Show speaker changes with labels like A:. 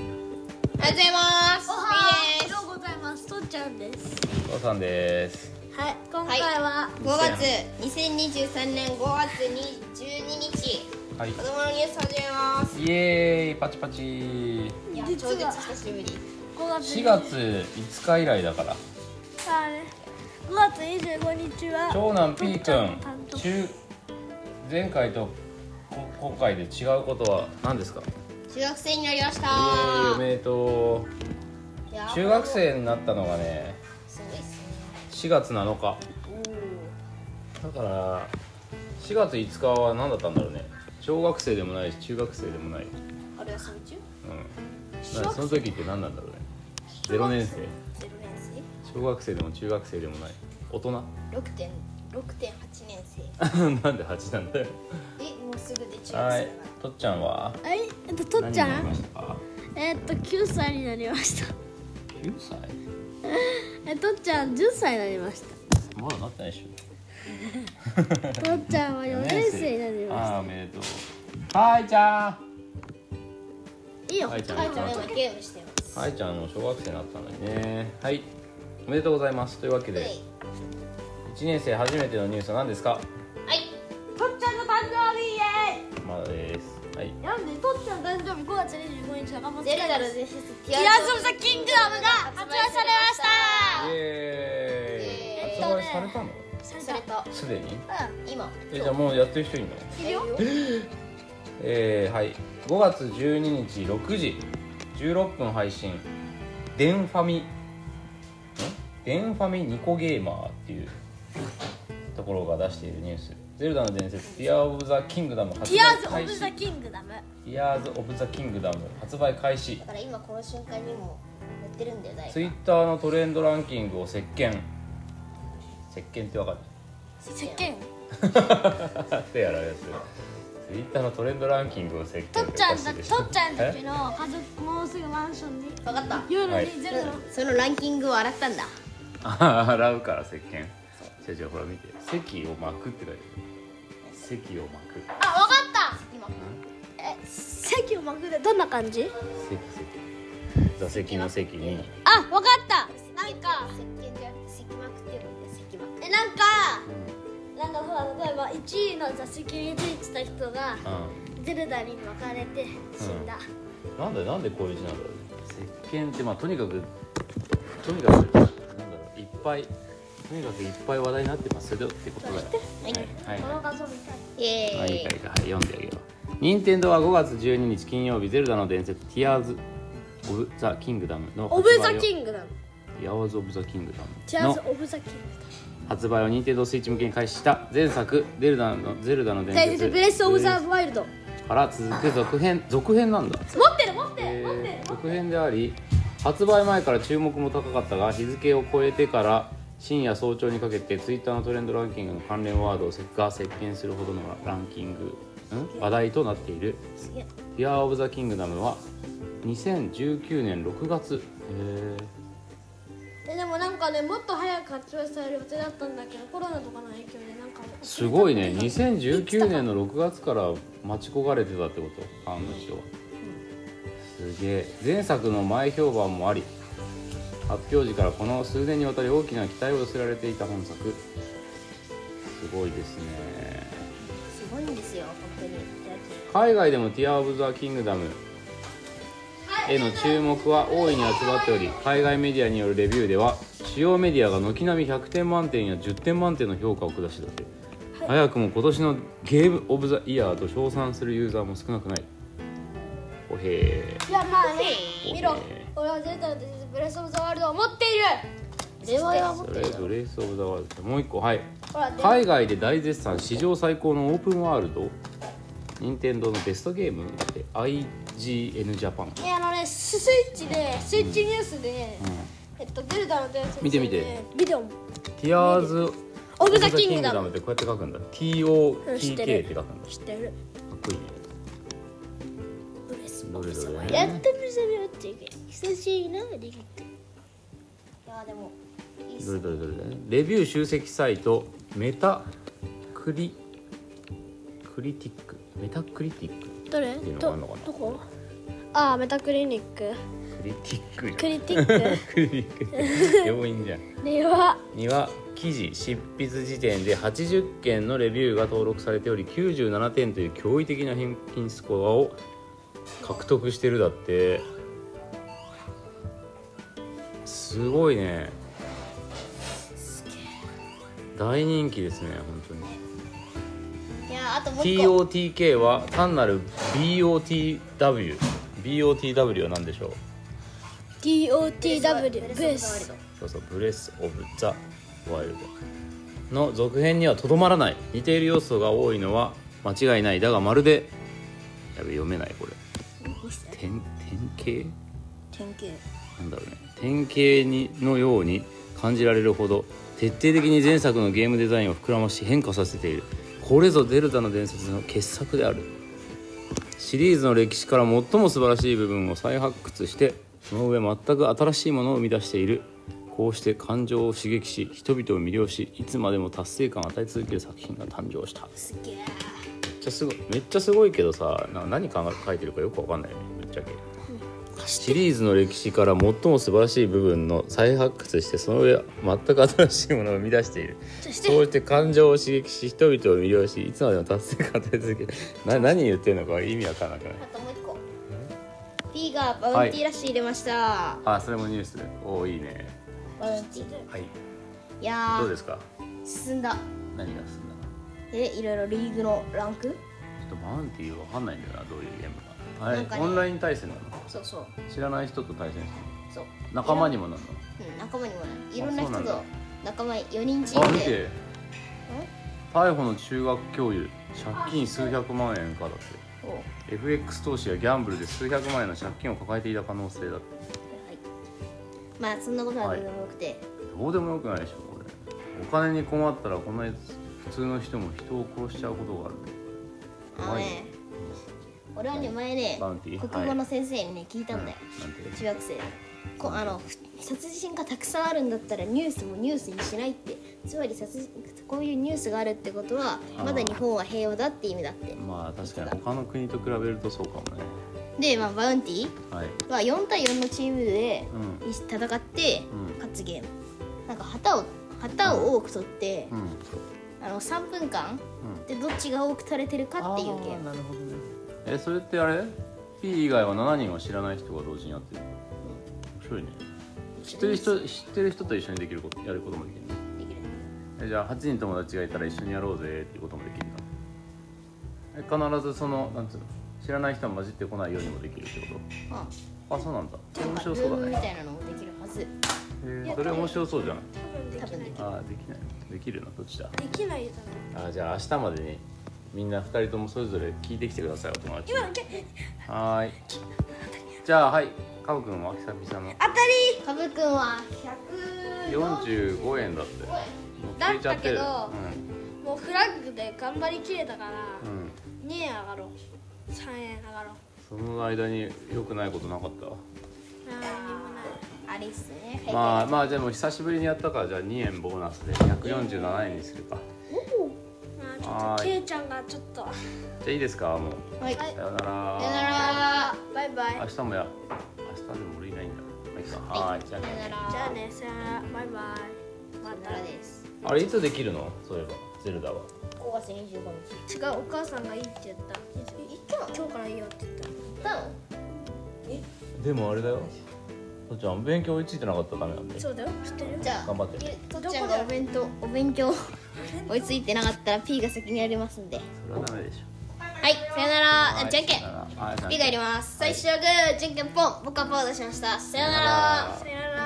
A: はようございますみー
B: おは
A: です
B: ようございます。とっちゃんです。
C: 父さんです
B: はい、今回は、
A: 5月2023年5月12日
C: はい
A: 子供のニュース始めます
C: イエーイパチパチ
A: いや
B: 実
A: 超
B: は
A: 絶久しぶり
B: 5月
C: 4月5日以来だから
B: あれ5月25日は
C: 長男 P
B: とっちゃんの担当
C: 君中前回とこ今回で違うことは何ですか
A: 中学生になりました
C: イエーイおめでと
A: いや
C: う中学生になったのがね
A: すごいですね
C: 4月7日だから4月5日は何だったんだろうね小学生でもないし中学生でもない
A: あれ休み中
C: うん、なその時って何なんだろうねゼロ年生
A: ゼロ年
C: 小学生でも中学生でもない大人
A: 生6点6.8年生
C: なんで8なんだよ
A: えもうすぐで中学生だ
C: はいとっちゃんは
B: はい、えっととっち
C: 何に
B: ゃ
C: なり
B: ん
C: ましたか
B: えっと9歳になりました
C: 9歳
B: えとっちゃん10歳になりまし
C: まだなってないでしょ
B: たとっちゃんは4年生になりまし
C: あーおめでとうはいちゃ
B: たいいよ、
C: んはいちゃん
A: はいもう今ゲームしてます
C: はいちゃんも小学生になったのにねはいおめでとうございますというわけ
A: は
C: で
A: い
C: 1年生初めてのニュースは何ですか
B: とっちゃんの誕生日イエ
C: まだですはい
B: ーイなんでとっちゃんの誕生日5月25日は頑張って
A: ゼルダの
B: テ
A: 伝説テ
B: ィ
A: ィ
B: アーズ・オブ・ザ・キングダムが発売され
C: イ
A: れえ
C: エーイ
A: っ
C: 発
B: と
C: 売
B: ね
C: されたの
B: ました
A: それと
C: すでに
A: うん今
C: えじゃあもうやってる人いるの
B: いるよ
C: えー、はい5月12日6時16分配信「デンファミ」ん「デンファミニコゲーマー」っていうところが出しているニュース「ゼルダの伝説ティアー・オブ・ザ・キングダム」
B: テ
C: 発
B: ィアーズ・
C: 売
B: オ
C: 開
B: ブ・
C: 始
B: ザ・キングダム
C: ティアーズ・オブ・ザ・キングダム発売開始
A: だから今この瞬間にもやってるんだよ大
C: ツイ
A: 体
C: ッターのトレンドランキングを席巻席巻ってわかる
B: 石鹸
C: ってやられるやつツイッターのトレンドランキングを席
B: と
C: 巻
B: っちゃんだとっちゃんだけ
C: え
B: ど家族もうすぐマンションに
A: 分かった
B: 夜
C: はい
B: にゼロの
A: そのランキングを洗ったんだ
C: あー 洗うから石鹸じゃじゃほら見て「席を巻く」って書いてある席を巻く
B: あわかった
A: 今
B: え席を巻くでどんな感じ
C: 席席座席の席に
B: あわかったなんか
A: 石鹸じゃ石膜って呼ぶんだよ石膜
B: えなんかなんかほら例えば1位の座席についてた人が
C: う
B: ゼルダに巻かれて死んだ、
C: んなんでなんでこういう字なんだろうね石鹸ってまあとにかくとにかくなんだろういっぱいとにかくいっぱい話題になってますよってことだよはい
B: こ
C: はい
B: の画像見たい
A: イエ
C: はい、はい
A: ーイ
C: はい、読んであげよう。任天堂は5月12日金曜日、ゼルダの伝説、ティアーズ・オブ・ザ・キングダムの
B: オ
C: 発
B: ブ
C: 売を。
B: ザキングダム
C: ティアーズ・オブ・ザ・キング
B: チ
C: ダ
B: アー
C: ム
B: ズ
C: の
B: オブザキング
C: 発売を任天堂スイッチ向けに開始した前作、ゼルダのゼルダの
B: ダム
C: 伝説
B: ブレスオブザワイルド持
C: から続く続編、続編なんだ。
B: ってる持ってる持って
C: え
B: る
C: ー続編であり発売前から注目も高かったが日付を超えてから深夜早朝にかけてツイッターのトレンドランキングの関連ワードが席巻するほどのランキングん話題となっている
A: げえ
C: 「フィアー・オブ・ザ・キングダム」は2019年6月へ
B: えでもなんかねもっと早く発売される予定だったんだけどコロナとかの影響でなんか
C: ーすごいね2019年の6月から待ち焦がれてたってことファンの人はすげえ前作の前評判もあり発表時からこの数年にわたり大きな期待を寄せられていた本作すごいですね
A: すごいんですよ本当に
C: 海外でも「ティアー・オブ・ザ・キングダム」への注目は大いに集まっており海外メディアによるレビューでは主要メディアが軒並み100点満点や10点満点の評価を下したって早くも今年のゲーム・オブ・ザ・イヤーと称賛するユーザーも少なくないおへえ
B: いやまあね
C: い
B: 見ろ
C: いいね
B: 俺はゼルダの伝説ブレスオブザワールドを持っている
A: 電話は持っ
C: そ
A: て
C: れ
A: る
C: ブレイス・オブ・ザ・ワールドもう一個はい
B: ほらで
C: 海外で大絶賛史上最高のオープンワールド任天堂のベストゲームだって IGN ジャパン
B: ねあのねススイッチでスイッチニュースでね、えっとゼルダの伝説、ね、
C: 見て見て
B: ビデオも
C: ティアーズ・
B: オブザキングダム
C: ってこうやって書くんだ
B: うん知
C: TOTK
B: っ
C: って
B: る
C: て書くんだ
B: 知ってる
C: かっこいいね
B: ブレス
C: どれどれ
B: やってみせるよっていうけ久しぶりなリン
A: い
B: ク
A: やでもいいっ
C: ど
A: す
C: れどれどれレビュー集積サイトメタクリクリティックメタクリティック
B: どれ
C: いいの
B: ど
C: あんのかな
B: どこああメタクリニック
C: クリティック
B: クリティッ ク
C: クリティック病院じゃん
B: では
C: には記事執筆時点で80件のレビューが登録されており97点という驚異的な返品スコアを獲得してるだってすごいね大人気ですね本当に
A: いやあともう一個
C: TOTK は単なる BOTW BOTW は何でしょう
B: DOTW
A: ブ
B: ブレ
A: レス
B: ス
C: そうそう「ブレス・オブ・ザ・ワイルド」の続編にはとどまらない似ている要素が多いのは間違いないだがまるでやべ読めないこれ典典型
A: 典型
C: なんだろうね典型にのように感じられるほど徹底的に前作のゲームデザインを膨らまし変化させているこれぞデルタの伝説の傑作であるシリーズの歴史から最も素晴らしい部分を再発掘してその上全く新しいものを生み出しているこうして感情を刺激し人々を魅了しいつまでも達成感を与え続ける作品が誕生した
A: すげえ
C: めっちゃすごいめっちゃすごいけどさな何考え書いてるかよくわかんないよねぶっちゃけ、シリーズの歴史から最も素晴らしい部分の再発掘してその上全く新しいものを生み出しているそうして感情を刺激し人々を魅了しいつまでも達成感を与え続けるな何言ってるのか意味わかんなくない
A: あともう一個 P がバウンティーラッシュ入れました、
C: あそれもニュースおおいいね
A: バウンティー
C: はい
A: いや
C: どう
A: ー
C: ですか
A: 進んだ
C: 何が進んだの
A: えいろいろリーグのランク
C: ちょっとマウンティーわかんないんだよなどういうゲームかあれ
A: なんかね
C: オンライン対戦なの
A: そうそう
C: 知らない人と対戦する
A: そう
C: の仲間にもなるの
A: うん仲間にもないいろんな
C: あそ
A: 人
C: うなんだ
A: と仲間4人チ
C: あ
A: ーム
C: 見
A: で
C: て逮捕の中学教諭借金数百万円かだっ
A: おはい
C: て FX 投資やギャンブルで数百万円の借金を抱えていた可能性だって
A: まあそんなことはどうでもよくて、
C: どうでもよくないでしょこれお金に困ったらこんなやつ普通の人も人を殺しちゃうことがある
A: あの
C: はい
A: ね俺はね前ね
C: バウンティー
A: 国語の先生にね聞いたんだよ、
C: なんて
A: 中学生こあのふ殺人がたくさんあるんだったらニュースもニュースにしないってつまり殺人こういうニュースがあるってことは
C: あー
A: まだ日本は平和だって意味だって
C: まあ確かに他の国と比べるとそうかもね
A: で、まあ、バウンティ
C: はい
A: ーは4対4のチームで
C: う
A: い戦って
C: うん
A: 勝つゲームなんか旗を旗を多く取って
C: うん
A: あの3分間でどっちが多く取れてるかっていうゲーム
C: なるほどねえそれってあれ P 以外は7人は知らない人が同時にやってるの面白いね知ってる人知ってる人と一緒にできることやることもできるの
A: できる
C: えじゃあ8人友達がいたら一緒にやろうぜっていうこともできるのえ必ずそのなんつうの知らない人は混じってこないようにもできるってこ
A: あ
C: とあそうなんだ
A: なん
C: 面
A: かル
C: 白そう
A: ー
C: だ
A: ムみ
C: ね
A: たいなのもできるはず
C: へえそれ面白そうじゃん
B: 多分でき
A: 多分
B: な
A: で
B: い
A: きる
C: あできないできるなどっちだ
B: できないだろ
C: あじゃあ明日までにみんな2人ともそれぞれ聞いてきてくださいお友達に
B: 今のけ
C: はーいじゃあはいカブ君は久々の
B: 当たり
A: カブくんは
C: 45円だってもう消えちゃってる
B: だったもうフラッグで頑張りきれたから
C: うん、うん、
B: 2円上がろう3円上がろう
C: その間に良くないことなかった
B: あ
A: あれっすねはい
C: まあまあでも久しぶりにやったからじゃあ2円ボーナスで147円にするか
B: ーまあちょっ
C: は
B: と
C: ー
B: けいちゃんがちょっとは
C: じゃあいいですかもう
A: はい
C: さよ
A: さ
C: うなら
A: よなら
B: いバイバイ
C: 明日もや明日でも俺いないんだまあいいかはーいじゃあね
A: さよなら
B: じゃあねさよならバイバイ
A: さ
B: ま
A: よな
B: た
A: らです
C: あれいつできるのそういえばゼルダは
A: 5月25日
B: 違うお母さんがいいって言った今日からいいよって言った
A: だの
C: でもあれだよとっちゃん勉強追いついてなかったらダメなんで
B: そうだよ知ってる
A: じゃあ
C: 頑張って
A: ゆとっちゃんがお弁当お勉強追いついてなかったら P が先にやりますんで
C: それはダメでしょ
A: はいさよならあじゃんけん
C: はいさよならはい
A: P がやります最初はグーじゃんけんポン僕はパー出しましたさよなら
B: さよなら